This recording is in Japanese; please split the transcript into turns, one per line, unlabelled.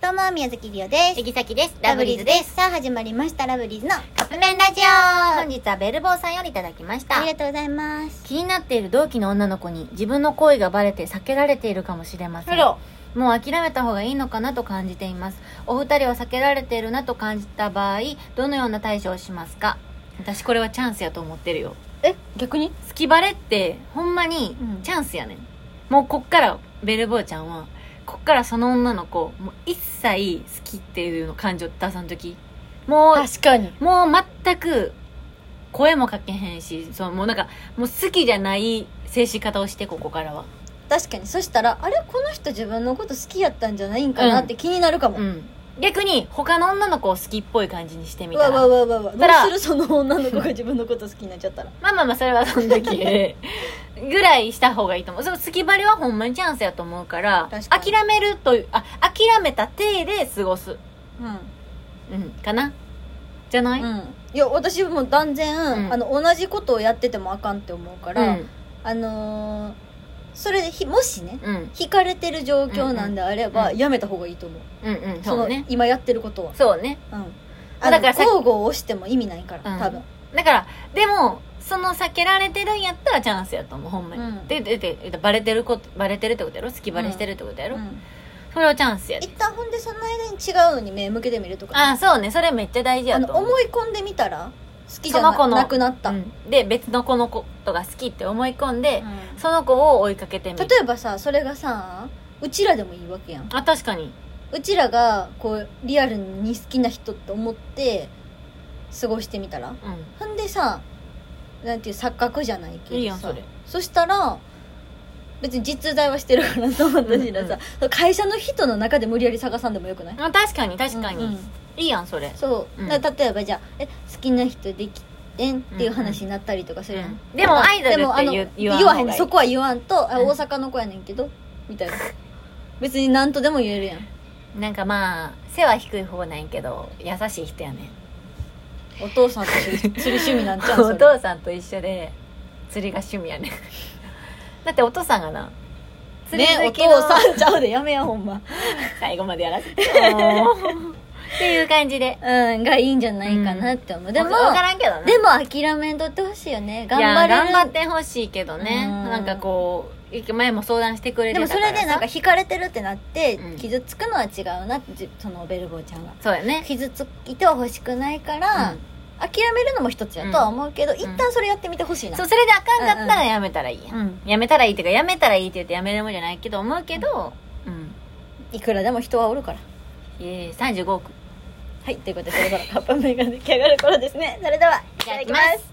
どうも、宮崎りおです。
杉崎です。
ラブリーズです。さあ、始まりました、ラブリーズの
カップ麺ラジオ本日はベルボーさんよりいただきました
あり。がとうございます。
気になっている同期の女の子に自分の行為がバレて避けられているかもしれません。もう諦めた方がいいのかなと感じています。お二人は避けられているなと感じた場合、どのような対処をしますか私これはチャンスやと思ってるよ。
え、逆に
好きバレって、ほんまに
うん
チャンスやねん。もうこっから、ベルボーちゃんは、こっからその女の子、もう一切好きっていうの感情出さんとき。もう、
かに。
もう全く声もかけへんしそうもうなんかもう好きじゃない接し方をしてここからは
確かに。そしたら、あれこの人自分のこと好きやったんじゃないんかなって気になるかも。
うん逆に他の女の子を好きっぽい感じにしてみ
うわ
たら
わわわわ。ど
た
う
ら
するその女の子 が自分のこと好きになっちゃったら。
まあまあまあそれはその時 ぐらいした方がいいと思うその好きバレはほんまにチャンスやと思うから
確かに
諦めるというあ諦めた体で過ごす
う
うんかなじゃない、
ん。うん。いや、私も断然、
うん
あの、同じことをやっててもあかんって思うか
う
ら、
ん
あのー、それでひ、もしね、
うん
惹かれてる状況なんであれば、
うん
やめた方がいいと思う。
うんうん
そ
そう
の
ね
今やってることは。
そうね
うん。
あだからさ
交互を押しても意味ないから、
うん
多分。
だからでもその避けられてるんやったらチャンスやと思うほんまに、
うん
ででででバレてることバレてるってことやろ好きバレしてるってことやろ、
うん
それはチャンスやで
一旦ほんでその間に違うのに目向けてみるとか。
ああそうねそれめっちゃ大事
あ
やと
の、
思う
思い込んでみたら、好きじゃな
その子の
なくなった。
うんで別の子のことが好きって思い込んで
う、ん
その子を追いかけてみる
例えばさ、それがさ、うちらでもいいわけやん。
あ確かに
うちらが、こう、リアルに好きな人って思って、過ごしてみたら。
う
ほんでさ、なんていう錯覚じゃないけどさ。
んいいやんそれ
そしたら別に実在はしてるからさ私らさ、会社の人の中で無理やり探さんでもよくない
あ確かに確かに、
うんうん
いいやんそれ
そう、
うん
だから例えばじゃあえ好きな人できてんっていう話になったりとかするやん、
うんでもアイドルって
でもあの
言う
言
言
わ
わん
へ
方
ん
がいい
そこは言わんと、あ
うん
大阪の子やねんけどみたいな別に何とでも言えるやん
なんかまあ背は低い方なんやけど優しい人やね
お父さんとするする趣味なんちゃう
お
んそれ
父さんと一緒で釣りが趣味 やねだってお父さんがな釣
ね
り好
お
きの
父さんちゃうでやめやほんま
最後までやらせてよ っていう感じで
うんがいいんじゃないかなって思う、でも
わからんけどね
でも諦めんとってほしいよね頑
いや
張れる
頑張ってほしいけどね
うん
なんかこう前も相談してくれ
で
て
も
たか
そ
ら
れでなんか
さ
惹かれてるってなって
うん
傷つくのは違うなってじそのベルボーちゃんは
そうやね
傷ついては欲しくないから、
うん
諦めるのも一つやとは思うけど、一旦それやってみてほしいな
そうそれであかんかったらやめたらいいやん、
うん
やめたらいいっていうかやめたらいいって言ってやめるもんじゃないけど思うけどうん、
いくらでも人はおるから
いえ35億
はいということでそれからカップ麺が出来上がる頃ですねそれではい
いた
た
だ
だ
き
き
ま
ますす